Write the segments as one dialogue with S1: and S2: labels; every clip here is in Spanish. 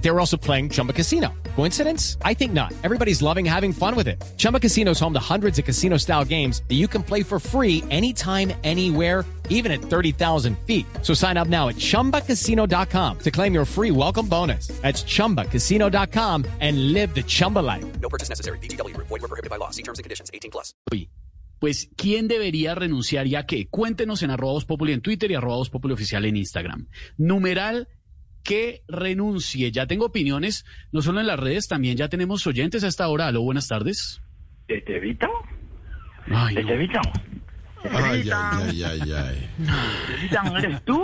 S1: They were also playing Chumba Casino. Coincidence? I think not. Everybody's loving having fun with it. Chumba Casino is home to hundreds of casino style games that you can play for free anytime, anywhere even at 30,000 feet. So sign up now at ChumbaCasino.com to claim your free welcome bonus. That's ChumbaCasino.com and live the Chumba life.
S2: No purchase necessary. BGW. Void were prohibited by law. See terms and conditions. 18 plus.
S3: Hoy, Pues, ¿quién debería renunciar y a qué? Cuéntenos en arroba Voz Populi en Twitter y arroba Voz Populi oficial en Instagram. Numeral que renuncie. Ya tengo opiniones, no solo en las redes, también ya tenemos oyentes a esta hora. Aló, buenas tardes.
S4: ¿Estevita?
S3: Ay, no.
S4: ¿Estevita?
S5: Ay, ay, ay, ay, ay.
S4: ¿Estevita, eres tú?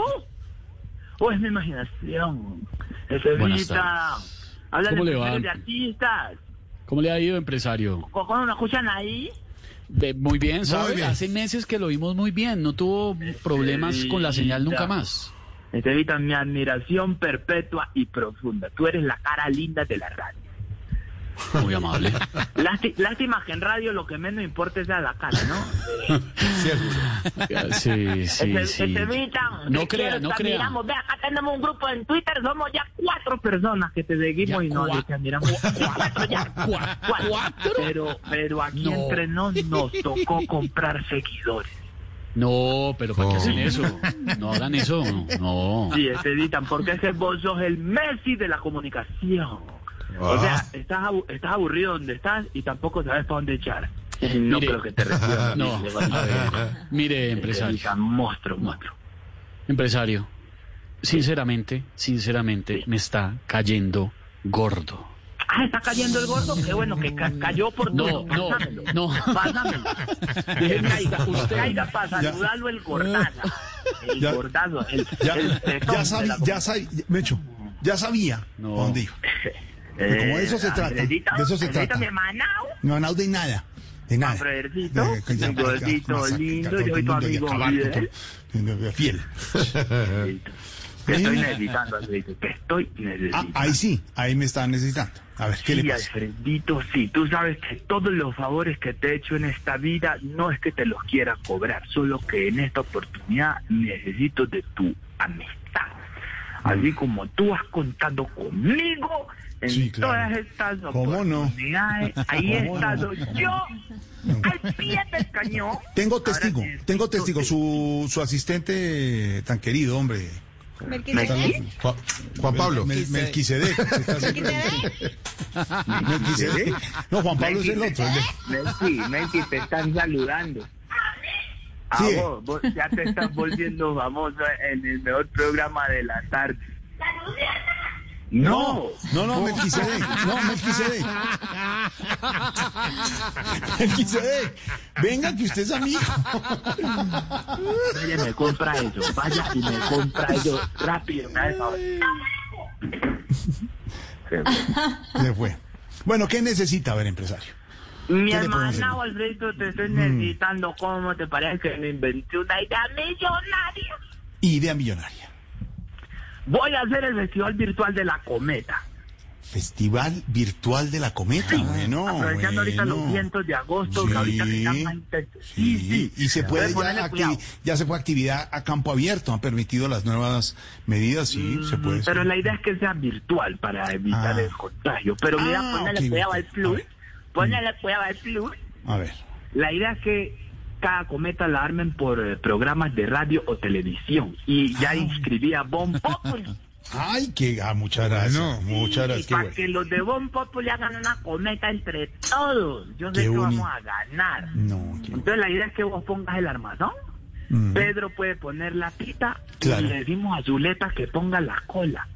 S4: ¿O es mi imaginación?
S3: Buenas
S4: Estevita,
S3: tardes.
S4: habla de
S3: ¿Cómo le va?
S4: mujeres de artistas.
S3: ¿Cómo le ha ido, empresario?
S4: ¿Cu- ¿Cuándo nos escuchan ahí?
S3: Ve- Muy bien, ¿sabe?
S5: bien.
S3: Hace meses que lo vimos muy bien, no tuvo problemas con la señal nunca más.
S4: Estevita, mi admiración perpetua y profunda. Tú eres la cara linda de la radio.
S3: Muy amable.
S4: Lásti- Lástima que en radio lo que menos importa es la cara, ¿no?
S3: Sí, sí,
S4: Este-
S3: sí.
S4: Estevita,
S3: No
S4: te
S3: crea,
S4: quiero,
S3: no
S4: te
S3: crea.
S4: admiramos. Ve, acá tenemos un grupo en Twitter, somos ya cuatro personas que te seguimos
S3: Ya
S4: y no
S3: cua-
S4: te admiramos. Cuatro
S3: Cua-
S4: ya. Cuatro.
S3: ¿Cuatro?
S4: Pero, pero aquí
S3: No.
S4: entre nos nos tocó comprar seguidores.
S3: No, pero ¿para qué hacen
S5: ¿Cómo?
S3: eso? No hagan eso, no.
S4: Sí, este editan, porque es que vos sos el Messi de la comunicación. O sea,
S5: Ah.
S4: estás, abu- estás aburrido donde estás y tampoco sabes para dónde echar. No
S3: Mire.
S4: creo que te reciban.
S3: No,
S4: Este
S3: a ver, mire,
S4: Evita,
S3: empresario,
S4: monstruo, monstruo.
S3: empresario, sinceramente, sinceramente, me está cayendo gordo.
S4: Ah, está cayendo el gordo. Qué bueno que ca- cayó por
S3: No,
S4: todo.
S3: no,
S4: Pásamelo.
S3: no.
S4: Pásamelo. Que
S3: Déjeme
S4: caiga,
S3: estar.
S4: usted
S3: Usted-
S4: caiga para saludarlo el gordazo. El
S5: Ya.
S4: gordazo. El,
S5: Ya,
S4: el tetón
S5: ya
S4: de
S5: sabía,
S4: la
S5: ya sabía, Mecho, ya sabía
S3: No.
S5: a dónde iba. Porque como de eso se trata,
S4: Alfredito,
S5: de eso se
S4: Alfredito,
S5: trata.
S4: Eh, mi hermanao.
S5: No han de nada, de nada.
S4: Alfredito,
S5: De- que ya
S4: mi
S5: para
S4: gordito
S5: masacre,
S4: lindo,
S5: todo
S4: yo soy tu
S5: el mundo y
S4: amigo
S5: acabar con
S4: fiel.
S5: todo- de- de- Fiel.
S4: Te estoy
S5: Mira.
S4: necesitando, Alfredito. Te estoy
S5: Ah,
S4: necesitando.
S5: ahí sí, ahí me están necesitando. A ver, ¿qué
S4: Sí,
S5: le pasa?
S4: Alfredito, sí, tú sabes que todos los favores que te he hecho en esta vida no es que te los quiera cobrar, solo que en esta oportunidad necesito de tu amistad.
S5: Mm.
S4: Así como tú has contado conmigo en
S5: Sí, claro.
S4: todas estas
S5: ¿Cómo no?
S4: oportunidades, ahí he
S5: ¿Cómo no?
S4: estado yo al pie del cañón.
S5: Tengo
S4: Ahora
S5: testigo,
S4: necesito
S5: tengo testigo,
S4: de-
S5: su, su asistente tan querido, hombre.
S4: ¿Melquisedec?
S6: Juan, Juan Pablo.
S5: Mel- Melquisedec. que está siempre- Melquisedec. No, Juan Pablo es el otro. el de-
S4: Messi, Messi, te están saludando. A
S5: Sí.
S4: vos, vos ya te estás volviendo famoso en el mejor programa de la tarde. No,
S5: No, no, Melquisedec. No, Melquisedec. Melquisedec. Venga, que usted es amigo.
S4: vaya y me compra eso, vaya y me compra eso rápido, me hace favor.
S5: Se fue. Bueno, ¿qué necesita ver, empresario?
S4: Mi
S5: ¿Qué le podemos
S4: hermana
S5: hacer? Mm.
S4: Alfredo te estoy necesitando, ¿cómo te parece que me inventé una idea millonaria?
S5: Idea millonaria.
S4: Voy a hacer el festival virtual de la cometa.
S5: Festival virtual de la cometa. bueno,
S4: Ah, Aprovechando ahorita
S5: Ah, bueno.
S4: los vientos de agosto,
S5: Sí,
S4: que ahorita que están más intensos.
S5: Sí, y se puede
S4: Entonces,
S5: ya,
S4: ponele
S5: acti-
S4: cuidado.
S5: ya se puede actividad a campo abierto, han permitido las nuevas medidas, sí, se puede.
S4: Mm, Pero
S5: sí.
S4: la idea es que sea virtual para evitar
S5: Ah.
S4: el contagio. Pero mira,
S5: Ah,
S4: ponele
S5: ok,
S4: cuidado
S5: ok.
S4: al
S5: A
S4: plus.
S5: ver. Mm.
S4: Ponele cuidado al plus.
S5: A ver.
S4: La idea es que cada cometa la armen por eh, programas de radio o televisión. Y ya
S5: Ah.
S4: inscribí a Bon Populi.
S5: Ay, que ah, muchas gracias.
S6: Bueno.
S5: muchas gracias.
S4: Y
S5: qué
S4: para
S5: bueno.
S4: que los de Bon Populi hagan una cometa entre todos. Yo sé
S5: Qué
S4: que
S5: boni-
S4: vamos a ganar.
S5: No, qué bueno.
S4: Entonces la idea es que vos pongas el armazón.
S5: Mm.
S4: Pedro puede poner la pita
S5: Claro.
S4: y le decimos a Zuleta que ponga la cola.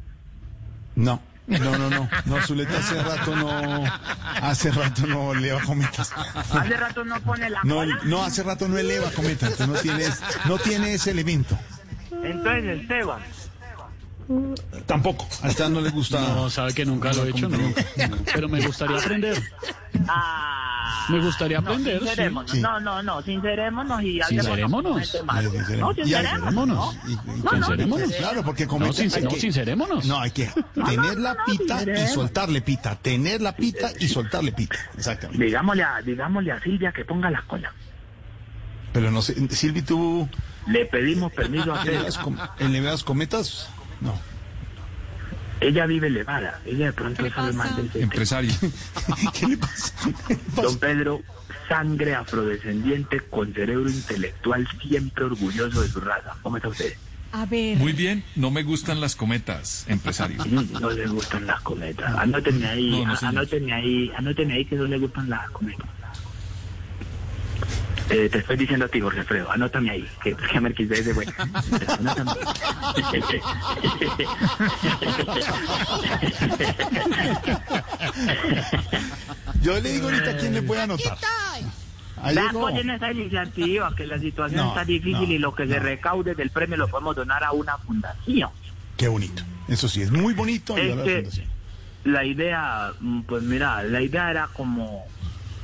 S5: No, no, no, no. No, Zuleta hace rato no. Hace rato no eleva cometas.
S4: Hace rato no pone la
S5: Ah. No,
S4: cola.
S5: no, hace rato no eleva cometas. entonces No tiene, es- no tiene ese elemento.
S4: Entonces, Esteban,
S5: Tampoco. A esta no le gusta.
S3: No, sabe que nunca lo he hecho, no. Pero me gustaría aprender.
S4: ah,
S3: Me gustaría
S6: No,
S3: aprender. sí.
S6: sincerémonos.
S5: sí.
S6: No, no, no, sincerémonos y hablemos
S3: Sincerémonos.
S6: con
S4: este
S6: gente mala. No,
S5: Y-
S6: sincerémonos.
S5: y-
S6: No, no,
S3: sincerémonos.
S5: Claro, porque como
S3: No, sincer- no, sincerémonos.
S5: No, hay que tener la
S6: no,
S5: pita y
S6: sinceremos.
S5: soltarle pita. Tener la pita y soltarle pita. Exactamente.
S4: Digámosle a, digámosle a Silvia que ponga las colas.
S5: Pero no sé, Silvi, ¿tú
S4: Le pedimos permiso a
S5: en
S4: Celia.
S5: las com- en Nevadas Cometas? No.
S4: Ella vive elevada. Ella de pronto sabe más del tema.
S7: Empresario.
S5: ¿Qué le pasa? ¿Qué le pasa?
S4: Don Pedro, sangre afrodescendiente con cerebro intelectual, siempre orgulloso de su raza. ¿Cómo está usted?
S8: A ver,
S7: Muy bien, no me gustan las cometas, empresario.
S4: Mm, No le gustan las cometas. Anótenme ahí,
S7: No, no,
S4: a-
S7: señor.
S4: anótenme ahí, anótenme ahí que no le gustan las cometas. Eh, te estoy diciendo a ti, Jorge Alfredo, anótame ahí, que, que me quise de bueno. Anótame.
S5: Yo le digo ahorita quién le puede anotar. Ahí
S6: Vea,
S5: llegó.
S6: apoyen esa iniciativa, que la situación
S5: No,
S6: está difícil
S5: no,
S6: y lo que se
S5: no.
S6: recaude del premio lo podemos donar a una fundación.
S5: Qué bonito. Eso sí, es muy bonito. ayudar a la
S4: Este,
S5: fundación.
S4: la idea, mm, pues mira, la idea era como,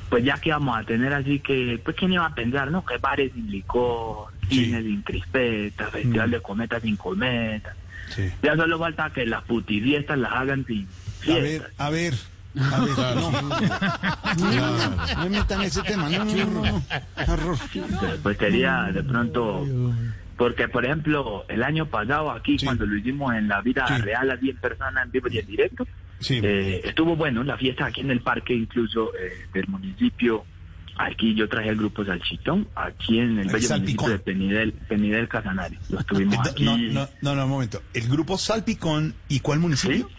S4: pues ya que íbamos a tener así que, pues quién iba a pensar, ¿no? Que bares sin licor,
S5: Sí. Mm.
S4: cines sin crispetas, festival de cometas sin cometas.
S5: Sí.
S4: Ya solo falta que las putifiestas las hagan sin
S5: A
S4: fiestas.
S5: ver, a ver. A ver, no. Ah, No, no me metan en ese tema. No, no, no, no. Error.
S4: Pues sería de pronto... Porque, por ejemplo, el año pasado aquí,
S5: Sí.
S4: cuando lo hicimos en la vida
S5: Sí.
S4: real a 10 personas en vivo y en directo,
S5: Sí.
S4: Eh, estuvo bueno la fiesta aquí en el parque, incluso eh, del municipio. Aquí yo traje al grupo Salchitón, aquí en el
S5: El
S4: bello
S5: Salpicón.
S4: municipio de Penidel, Penidel Casanare. Lo estuvimos aquí.
S5: Eh, No, no, no, no, un momento. El grupo Salpicón y cuál municipio?
S4: ¿Sí?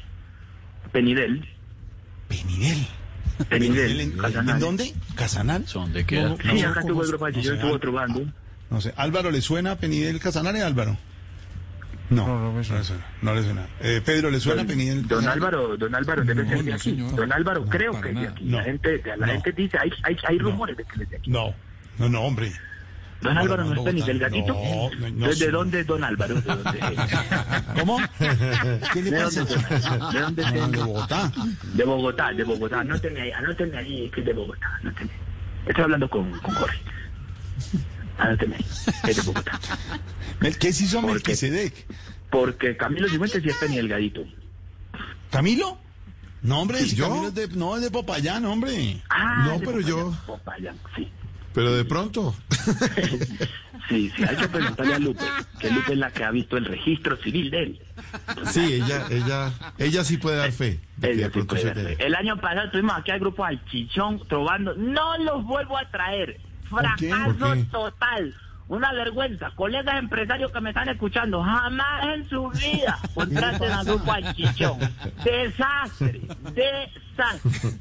S4: Penidel.
S5: Penidel.
S4: Penidel.
S5: ¿En,
S4: Casanare.
S5: en dónde? Casanal.
S3: ¿Son de qué edad?
S5: No,
S4: Sí,
S5: no,
S4: acá
S5: ¿cómo
S4: estuvo el
S5: se- Ah,
S4: grupo
S5: no sé,
S4: Salchitón, estuvo
S5: Al-
S4: otro bando.
S5: No sé. Álvaro, ¿le suena Penidel Casanare, Álvaro? No, no, le suena. No le suena. Eh, Pedro, ¿le suena Penidel
S4: Don
S5: Casanare?
S4: Álvaro, don Álvaro debe
S7: No,
S4: ser de
S7: no,
S4: aquí.
S7: señor.
S4: don Álvaro
S7: No,
S4: creo
S7: para
S4: que es de
S7: nada.
S4: aquí.
S5: No.
S4: la gente, la
S5: No.
S4: gente dice, hay, hay, hay rumores de que es de aquí.
S5: No, no, no, hombre.
S4: Don
S5: No,
S4: Álvaro no,
S5: no,
S4: es Penidel
S5: Bogotá,
S4: Gatito.
S5: no, no, no,
S4: Entonces, ¿De
S5: señor.
S4: dónde es don Álvaro? ¿De dónde es?
S5: ¿Cómo? ¿Qué le
S4: ¿De
S5: pasa?
S4: dónde es? ¿De dónde
S5: Ah,
S4: es?
S5: De Bogotá.
S4: De Bogotá, de Bogotá, no tenía ahí, anótenme ahí que es de Bogotá, anótenme. Estoy hablando con, con Jorge. Anótenme ahí, que es de Bogotá.
S5: Mel- ¿Qué se hizo
S4: ¿Por qué?
S5: Melquisedec?
S4: Porque Camilo Cifuentes sí es Penny Delgadito.
S5: ¿Camilo? No, hombre, si
S9: ¿Yo?
S5: Camilo es de, no, es de Popayán, hombre.
S4: Ah,
S9: No,
S4: es de
S9: pero yo-
S4: Popayán, sí.
S9: Pero de pronto.
S4: Sí, sí, hay que preguntarle a Lupe, que Lupe es la que ha visto el registro civil de él.
S9: Sí, ella, ella, ella sí puede dar fe. de que
S4: Él
S9: de
S4: sí
S9: pronto
S4: puede
S9: se
S4: verse.
S9: te-
S4: El año pasado tuvimos aquí al grupo al Chichón trovando. No los vuelvo a traer.
S5: qué?
S9: ¿Por
S4: Fracaso
S9: qué?
S4: total. Una vergüenza. Colegas empresarios que me están escuchando, jamás en su vida contraten al grupo al Chichón. Desastre. Desastre.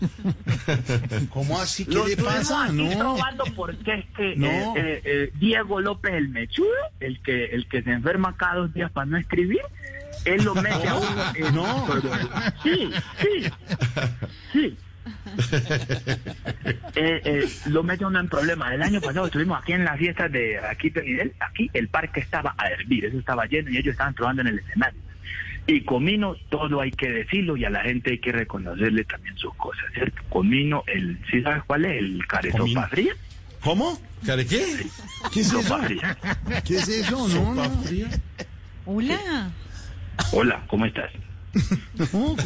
S5: ¿Cómo así? ¿Qué
S4: Los
S5: le
S4: tuvimos
S5: pasa?
S4: aquí
S5: No.
S4: Robando porque es que
S5: No.
S4: eh, eh, eh, Diego López el mechudo, el que el que se enferma cada dos días para no escribir, él lo mete a uno. en-
S5: No.
S4: Sí, sí, sí. Eh, eh, lo mete a uno en problemas. El año pasado estuvimos aquí en las fiestas de aquí Penidel, aquí el parque estaba a hervir, eso estaba lleno y ellos estaban probando en el escenario. Y Comino, todo hay que decirlo y a la gente hay que reconocerle también sus cosas, ¿cierto? Comino, el, ¿sí sabes cuál es? El
S5: Comino.
S4: caresopa fría.
S5: ¿Cómo?
S9: ¿Care qué?
S5: ¿Qué es eso?
S4: Sopa fría.
S5: ¿Qué es eso? No, no.
S8: hola.
S4: Hola, ¿cómo estás?
S5: No, ¿cómo le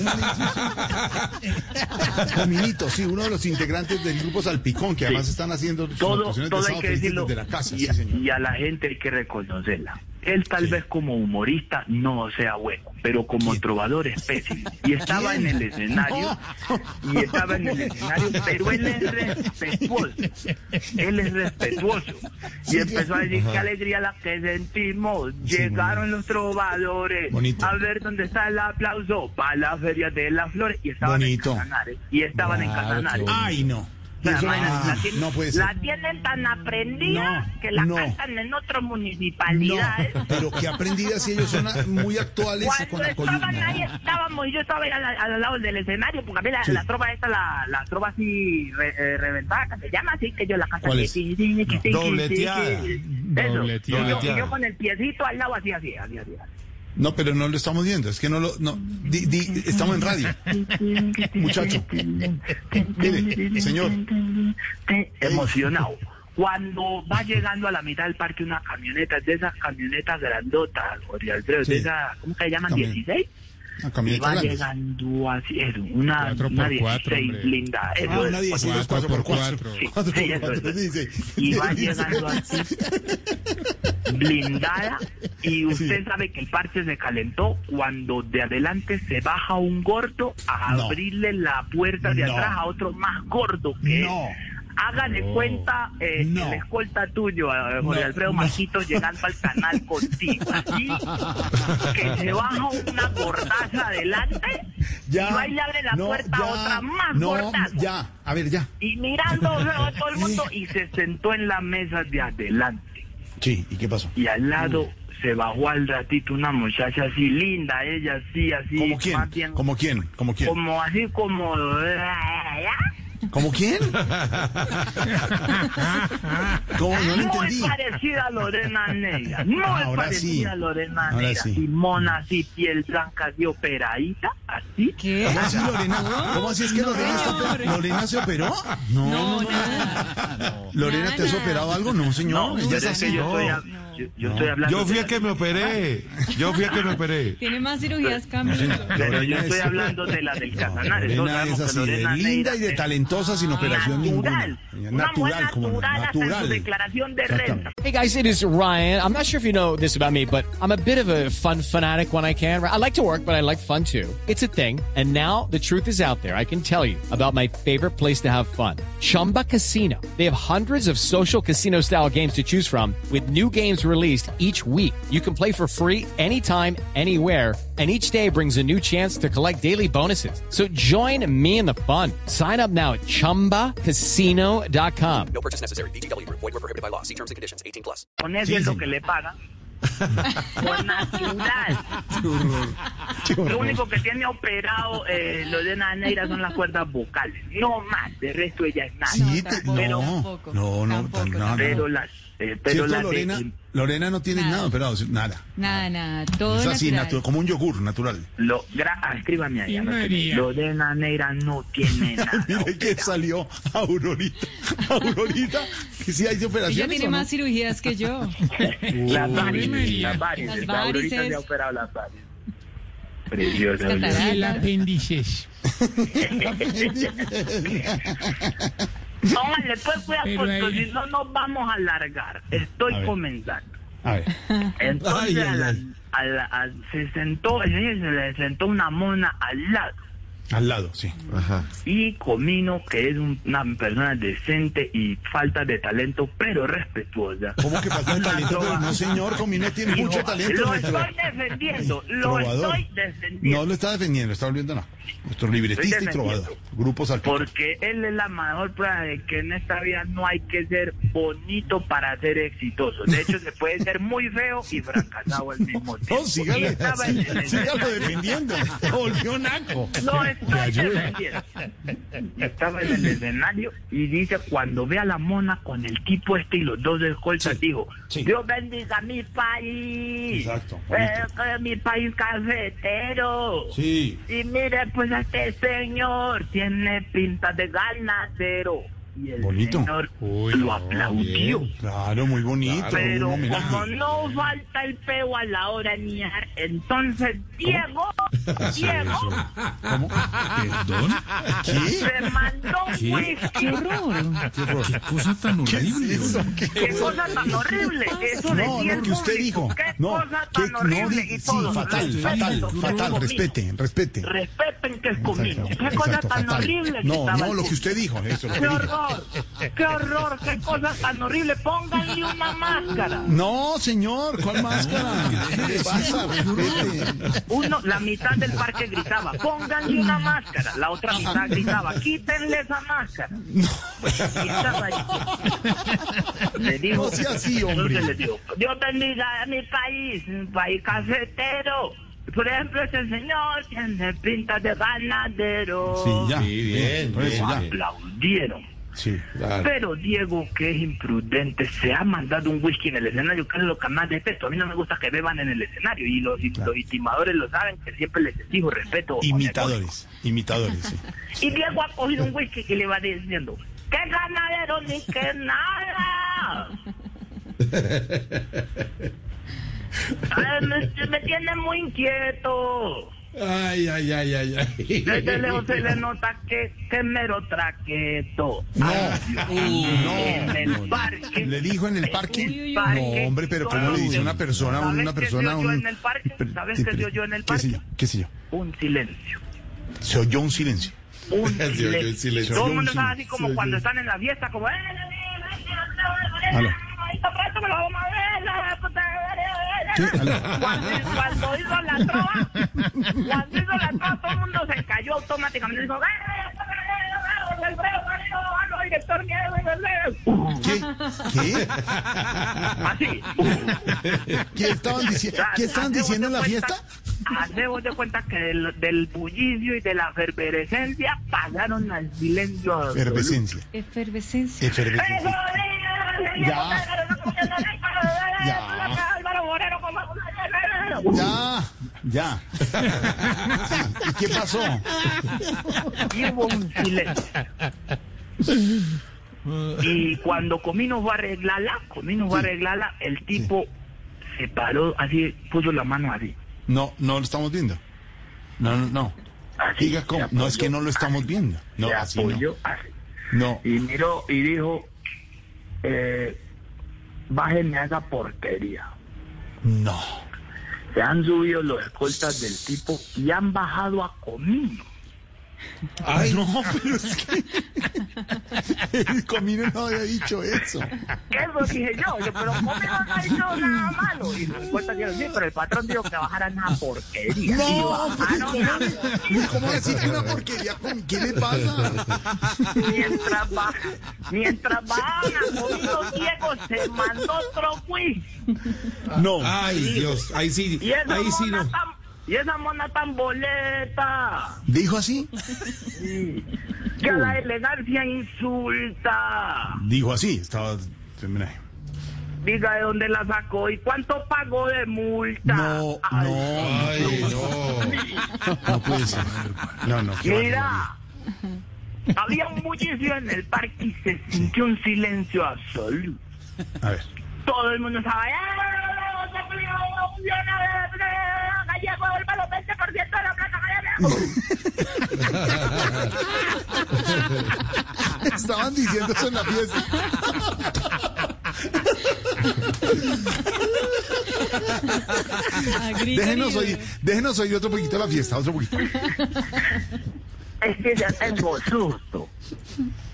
S5: dices eso? Caminito, sí, uno de los integrantes del grupo Salpicón, que además están haciendo sus
S4: Todo,
S5: actuaciones de
S4: todo hay
S5: sábado
S4: que
S5: felices
S4: decirlo
S5: desde la casa,
S4: y,
S5: sí, señor.
S4: y a la gente hay que reconocerla. Él tal vez como humorista no sea bueno, pero como trovador es pésimo. Y estaba en el escenario, y estaba en el escenario, pero él es respetuoso. Él es respetuoso. Y empezó a decir qué alegría la que sentimos. Llegaron los trovadores.
S5: Bonito.
S4: A ver dónde está el aplauso para la feria de las flores. Y estaban
S5: Bonito.
S4: en Casanares. Y estaban en
S5: Claro,
S4: Casanares.
S5: qué Ay, no.
S4: La,
S5: Eso-
S4: vaina,
S5: ah,
S4: la tienen-
S5: no puede ser.
S4: la tienen tan aprendida
S5: No,
S4: que la
S5: no.
S4: cantan en otras
S5: No,
S4: municipalidades.
S5: pero qué aprendidas si ellos son ah, muy actuales con
S4: ¿eh? Cuando
S5: la
S4: estaban ahí
S5: coyuntura.
S4: estábamos y yo estaba ahí al, al lado del escenario, porque a mí la,
S5: Sí.
S4: la trova esta, la, la trova así re- eh, reventada, que se llama así, que yo la canto
S5: ¿Cuál
S4: así,
S5: es?
S4: tin, tin, tin, tin, tin, tin,
S9: Dobleteada.
S4: tin. Eso.
S7: Dobleteada.
S4: Y yo- y yo con el piecito al lado así, así, así, así. así.
S5: No, pero no lo estamos viendo, es que no lo... No, di- di- estamos en radio. Muchacho. Mire, señor.
S4: emocionado. Cuando va llegando a la mitad del parque una camioneta, es de esas camionetas grandotas, Jorge Alfredo,
S5: Sí.
S4: de esas, ¿cómo que le llaman?
S5: También.
S4: ¿16?
S5: A
S4: Y
S5: camionetas
S4: va
S5: grandes.
S4: llegando así, es una,
S10: Cuatro
S4: una
S10: por cuatro,
S4: 16
S10: hombre.
S4: blindada. eso
S5: Ah,
S4: es,
S5: una 16,
S10: Cuatro
S5: 4 por
S10: por
S5: 4.
S10: cuatro.
S5: 4
S4: Sí,
S5: por
S4: eso
S5: 4,
S4: es.
S5: dice.
S4: y va llegando así blindada y usted
S5: Sí.
S4: sabe que el parche se calentó cuando de adelante se baja un gordo a
S5: No.
S4: abrirle la puerta de
S5: No.
S4: atrás a otro más gordo que
S5: No.
S4: él. Hágale
S10: No.
S4: cuenta eh,
S5: No.
S4: el escolta tuyo, eh, Jorge
S5: No,
S4: Alfredo
S5: no.
S4: Majito, llegando al canal contigo. Así que se baja una gordaza adelante y va y le abre la
S5: no,
S4: puerta
S5: ya,
S4: a otra más
S5: no,
S4: gordaza
S5: Ya, a ver, ya.
S4: y mirando a todo el mundo y se sentó en la mesa de adelante
S5: Sí, ¿y qué pasó?
S4: y al lado se bajó al ratito una muchacha así linda ella así así
S5: ¿Como
S4: más
S5: quién?
S4: bien,
S5: ¿Como quién? ¿Como quién?
S4: como así como
S5: ¿Como quién? ¿Cómo? No lo
S4: muy
S5: entendí.
S4: parecida a Lorena Negra muy
S5: Ah, ahora
S4: parecida
S5: sí.
S4: a Lorena
S5: Ahora
S4: Negra
S5: sí.
S4: así mona así piel blanca así operadita así
S8: ¿Qué?
S5: ¿Cómo así, Lorena? ¿Cómo así es que Lorena está
S8: señor.
S5: operada? ¿Lorena se operó? No, no,
S8: No,
S5: no.
S8: nada.
S5: ¿Lorena te has
S8: Nada.
S5: operado algo? No, señor.
S4: no,
S5: ella
S4: pero
S5: está
S4: es que yo, estoy, hab- yo, yo estoy hablando
S9: Yo fui
S4: de
S9: a
S4: la-
S9: que me operé. Yo fui a que me operé.
S8: Tiene más cirugías, Camilo.
S4: pero yo
S5: Lorena
S4: estoy
S5: es-
S4: hablando de la del Casanare todos
S5: Lorena
S4: sabemos
S5: es
S4: que
S5: así, de
S4: Lorena
S5: linda y de
S4: Neira-
S5: talentosa sin operación
S4: natural.
S5: ninguna.
S4: Una mujer
S5: como no,
S4: natural, hasta en su declaración de renta.
S1: Hey guys, it is Ryan. I'm not sure if you know this about me, but I'm a bit of a fun fanatic when I can. I like to work, but I like fun too. It's a thing. And now the truth is out there. I can tell you about my favorite place to have fun Chumba Casino. They have hundreds of social casino style games to choose from, with new games released each week. You can play for free anytime, anywhere. And each day brings a new chance to collect daily bonuses. So join me in the fun. Sign up now at chumbacasino.com.
S2: No purchase necessary. VGW Group. Void were prohibited by law. See terms and conditions. 18 plus.
S4: Con eso es lo que le pagan. Con natural. Lo único que tiene operado eh, Lorena Neira son las cuerdas vocales. No más. De resto ella es nada.
S5: Sí, te- no,
S8: Tampoco, tampoco,
S5: no, no,
S8: tampoco,
S5: no,
S8: tampoco.
S4: Pero las... eh, pero
S5: ¿Cierto,
S4: las de-
S5: Lorena? Lorena no tiene
S8: Nada.
S5: nada operado, sí, nada.
S8: Nada, nada. Todo
S5: Es así,
S8: natural.
S5: natu- como un yogur natural.
S4: lo, gra- ah, escríbame ahí.
S10: Y
S4: anóteme.
S10: María.
S4: Lorena Neira no tiene nada.
S5: Mire que salió Aurorita. Aurorita, que sí hay de
S8: Ella
S5: operaciones.
S8: tiene
S5: ¿o no?
S8: más cirugías que yo.
S4: Las varices.
S10: María.
S4: Las varices.
S8: Las
S4: la Aurorita
S8: varices.
S4: se ha operado las varices. Preciosa. Aurorita.
S8: Cataratas.
S10: El apéndices.
S4: Póngale pues cuidado
S10: Pero
S4: porque
S10: ahí-
S4: si no nos vamos a alargar. Estoy
S5: A ver.
S4: comenzando.
S5: A ver.
S4: Entonces
S5: Ay,
S4: a
S5: ay,
S4: la-
S5: ay.
S4: a la- a- se sentó, se le sentó una mona al lado.
S5: Al lado, sí.
S9: Ajá.
S4: Y Comino, que es un- una persona decente y falta de talento, pero respetuosa.
S5: ¿Cómo que falta de talento? Pero no, señor, Comino tiene
S4: Dijo,
S5: mucho talento.
S4: Lo
S5: nuestro
S4: estoy defendiendo, lo
S5: trovador.
S4: estoy
S5: No
S4: defendiendo.
S5: lo está defendiendo, está volviendo no. Nuestro libretista y
S4: Estoy defendiendo.
S5: trovador. Grupo Salpicón.
S4: Porque él es la mejor prueba de que en esta vida no hay que ser bonito para ser exitoso. De hecho, se puede ser muy feo y fracasado al mismo tiempo.
S5: No,
S4: Y
S5: sígale,
S4: estaba en el-
S5: sígalo defendiendo. Volvió naco.
S4: Lo estoy defendiendo. Estaba en el escenario y dice, cuando ve a la mona con el tipo este y los dos escoltas, dijo,
S5: sí.
S4: Dios bendiga mi país.
S5: Exacto,
S4: Eh,
S5: bonito.
S4: eh, mi país cafetero.
S5: Sí.
S4: Y mire, pues este señor tiene pinta de ganadero. Y el
S5: Bonito.
S4: señor
S10: Uy,
S4: lo
S10: no,
S4: aplaudió.
S5: Claro, muy bonito.
S4: Pero
S5: un homenaje.
S4: como no falta el peo a la hora de niar, entonces Diego, Diego
S7: Perdón.
S4: se mandó un whisky.
S7: Qué cosa tan horrible.
S5: Eso,
S7: oye.
S5: ¿qué?
S4: Qué cosa tan horrible. Eso
S5: No,
S4: decía
S5: lo
S4: el
S5: que usted
S4: público.
S5: dijo.
S4: Qué
S5: No,
S4: cosa
S5: que,
S4: tan
S5: no,
S4: horrible.
S5: di-
S4: y
S5: sí,
S4: todo.
S5: fatal,
S4: Respeten,
S5: fatal,
S4: que
S5: fatal.
S4: comino.
S5: Respeten, respeten.
S4: Respeten que es comino.
S5: Exacto,
S4: Qué cosa
S5: exacto,
S4: tan
S5: fatal.
S4: horrible. que
S5: No,
S4: estaba
S5: no, lo que
S4: haciendo.
S5: usted dijo, eso, lo que
S4: Qué
S5: dijo.
S4: horror, qué horror, qué cosa tan horrible. Pónganle una máscara.
S5: No, señor, ¿cuál máscara? ¿Qué le pasa? Respete.
S4: Uno, la mitad del parque gritaba, pónganle una máscara. La otra mitad gritaba, quítenle esa máscara. Y estaba ahí. Le digo,
S5: No sea así, hombre.
S4: entonces le digo, Dios bendiga a mi país, un país cafetero. Por ejemplo, ese señor tiene pinta de ganadero.
S5: Sí, ya.
S7: Sí, bien,
S5: Por eso,
S7: bien,
S5: ya.
S7: bien.
S4: aplaudieron.
S5: Sí, claro.
S4: Pero Diego, que es imprudente, se ha mandado un whisky en el escenario, que es lo que más detesto. A mí no me gusta que beban en el escenario y los, y los intimadores lo saben, que siempre les exijo respeto. a mi alcohólico.
S5: Imitadores, imitadores, sí.
S4: Y Diego ha cogido un whisky que le va diciendo, ¡qué ganadero ni qué nada! Ay, me, me tiene muy inquieto.
S5: Ay, ay, ay, ay, ay.
S4: Desde lejos se le nota que, que mero traqueto.
S5: No,
S4: en
S5: no.
S4: el parque.
S5: Le dijo en el
S8: Uy, uy,
S5: parque.
S8: uy.
S5: No, hombre, pero ¿cómo le dice una persona a
S4: ¿Sabes
S5: una
S4: qué
S5: persona?
S4: se
S5: a
S4: oyó
S5: un-
S4: en el parque?
S5: Pero-
S4: ¿Sabes
S5: sí,
S4: qué se
S5: pero-
S4: oyó en el
S5: ¿Qué sé yo?
S4: parque?
S5: ¿Qué sé yo?
S4: Un silencio.
S5: Se oyó un silencio.
S4: Un
S9: Se oyó el
S4: silencio.
S9: silencio.
S4: Todo
S5: Se oyó
S4: el mundo
S5: un
S4: estaba así
S5: silencio.
S4: como
S5: Se oyó.
S4: cuando están en la fiesta, como... "Eh,
S5: Aló.
S4: esta parte me la vamos a ver, la puta
S5: Sí,
S4: madre".
S5: aló.
S4: Cuando, cuando hizo la trova, cuando hizo la trova, todo el mundo se cayó automáticamente. Dijo, "Eh, director, eh,
S5: ¿Qué? ¿Qué?
S4: Así.
S5: ¿Qué estaban, dici-
S4: sea,
S5: ¿Qué estaban
S4: hacemos
S5: diciendo en
S4: de
S5: la
S4: cuenta-
S5: fiesta?
S4: Hacemos de cuenta que del, del bullicio y de la efervescencia pasaron al silencio. absoluto.
S5: Efervescencia.
S8: Efervescencia.
S4: ¡Eso,
S5: Efervescencia.
S4: diga,
S5: Ya. Ya.
S4: Álvaro Moreno, como-
S5: Ya, ya. ¿Y qué pasó?
S4: Y hubo un silencio. Y cuando Comino fue a arreglarla, Comino fue a arreglarla, el tipo se paró así, puso la mano así.
S5: No, no lo estamos viendo. No, no, no.
S4: así
S5: Diga cómo.
S4: se
S5: No, es que no
S4: apoyó,
S5: lo estamos viendo. No,
S4: se
S5: así no.
S4: apoyó así.
S5: No.
S4: y miró y dijo, eh, bájenme a esa porquería.
S5: No.
S4: Se han subido los escoltas del tipo y han bajado a Comino.
S5: Ay, no, pero es que. El comino no había dicho eso.
S4: Eso dije yo, yo, pero Comino no ha dicho nada malo. Y los escoltas dijeron, sí, pero el patrón dijo que bajaran a porquería. y
S7: pues,
S5: No,
S4: bajaron a
S5: pero ¿cómo decir que una porquería? ¿Con qué le pasa?
S4: mientras bajan, mientras bajan a Comino Diego se mandó otro whisky.
S5: No.
S7: Ay, Dios, ahí sí,
S4: Y esa
S7: ahí sí
S4: mona
S7: no.
S4: tan, y esa mona tan boleta.
S5: ¿Dijo así?
S4: Que a la elegancia insulta.
S5: Dijo así. Estaba.
S4: Diga de dónde la sacó y cuánto pagó de multa.
S5: No,
S4: Ay,
S5: no.
S9: Ay, no.
S5: No puede ser. No, no. qué barbaridad.
S4: Mira. Había un bullicio en el parque y se sintió un silencio absoluto.
S5: A ver.
S4: Todo el mundo estaba. "Ah, se peleó, funciona, eh, eh, Gallego, devuélvalo, 20% de la plata, Gallego".
S5: Estaban diciendo eso en la fiesta.
S8: A grito
S5: Déjenos
S8: herido.
S5: oír, déjenos oír otro poquito de la fiesta, otro poquito.
S4: es que ya tengo susto.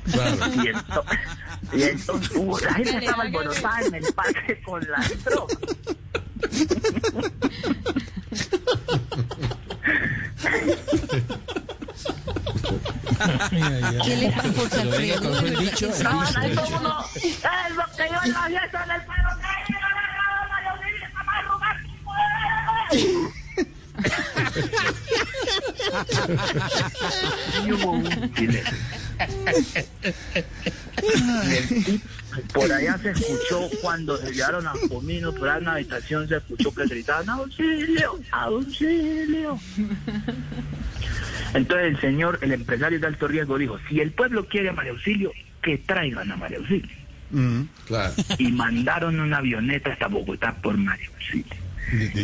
S4: Y entonces, y entonces uh, la gente estaba alborotada en el parque con las drogas.
S10: ¿Qué le pasa por San Pedro? De verdad que sí.
S4: Estaban ahí como uno, "Eh, lo que yo en la fiesta en el pueblo, que yo no me hago, María Auxilio, está mal lugar, que puede". Y hubo un silencio. Por allá se escuchó cuando se llevaron a Comino, por allá en la habitación se escuchó que gritaban auxilio, auxilio. Entonces el señor, el empresario de alto riesgo dijo, si el pueblo quiere a María Auxilio, que traigan a María Auxilio.
S9: Claro.
S4: Y mandaron una avioneta hasta Bogotá por María Auxilio.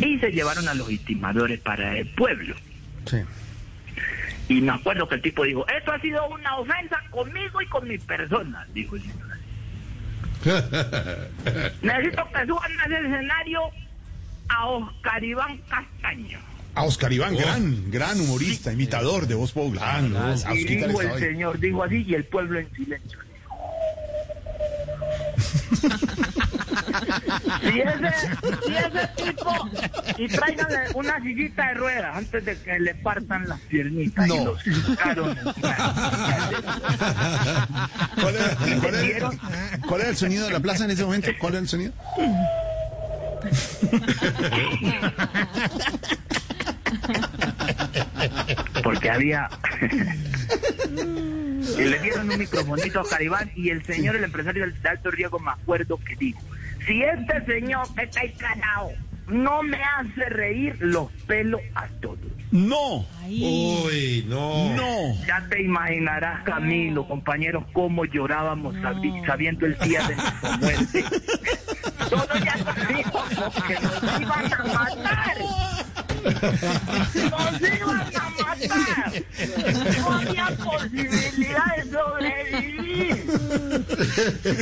S4: Y se llevaron a los estimadores para el pueblo.
S5: Sí.
S4: Y me acuerdo que el tipo dijo, esto ha sido una ofensa conmigo y con mi persona, dijo el señor. Necesito que suban a ese escenario a Oscar Iván Castaño.
S5: A Oscar Iván, gran, gran humorista, imitador de voz popular. Ah, no, a Oscar
S4: Y
S5: le
S4: dijo
S5: estaba
S4: el
S5: ahí.
S4: señor, dijo así, y el pueblo en silencio. y, ese, y ese tipo, y tráiganle una sillita de ruedas antes de que le partan las piernitas.
S5: No.
S4: Y los hincaron encima.
S5: ¿Cuál era, cuál era- cuál era el sonido de la plaza en ese momento? ¿Cuál era el sonido?
S4: Porque había Y le dieron un microfonito a Caribán y el señor, el empresario del- de alto riesgo, me acuerdo que dijo, si este señor que está encarado no me hace reír los pelos a todos.
S5: No,
S9: Uy, no.
S5: no.
S4: Ya te imaginarás, Camilo, compañeros, cómo llorábamos sabi- sabiendo el día de nuestra muerte. Todos ya sabíamos que nos iban a matar. ¡Nos iban a matar! ¡No había posibilidad de sobrevivir!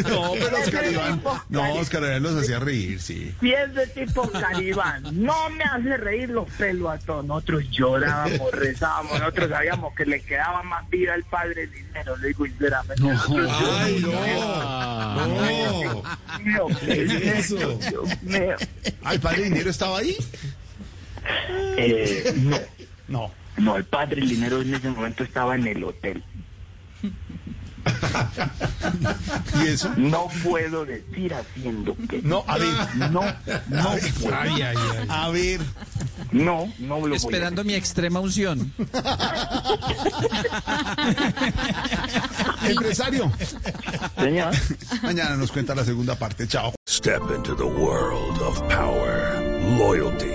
S5: No, pero Oscar Iván.
S4: Oscar.
S9: No, Oscar Iván los hacía reír, sí.
S4: Si es de tipo caribán, no me hace reír los pelos a todos. Nosotros llorábamos, rezábamos, nosotros sabíamos que le quedaba más vida al padre el dinero, le digo sinceramente.
S3: No.
S4: Nosotros
S9: Ay,
S3: Ah,
S9: no.
S4: llorábamos,
S9: ¿Qué
S4: Dios mío,
S9: es eso?
S4: Dios mío.
S5: ¿Al padre dinero estaba ahí?
S4: Eh, no,
S5: No.
S4: no, el padre Linero en ese momento estaba en el hotel.
S5: ¿Y eso?
S4: No puedo decir haciendo que
S5: No, a ver.
S4: no, no,
S9: Ay, ay, ay.
S5: A ver.
S4: no, no lo voy a
S11: Esperando mi extrema unción.
S5: Empresario.
S4: decir, señor.
S5: Mañana nos cuenta la segunda parte. Chao.
S2: Step into the world of power, loyalty,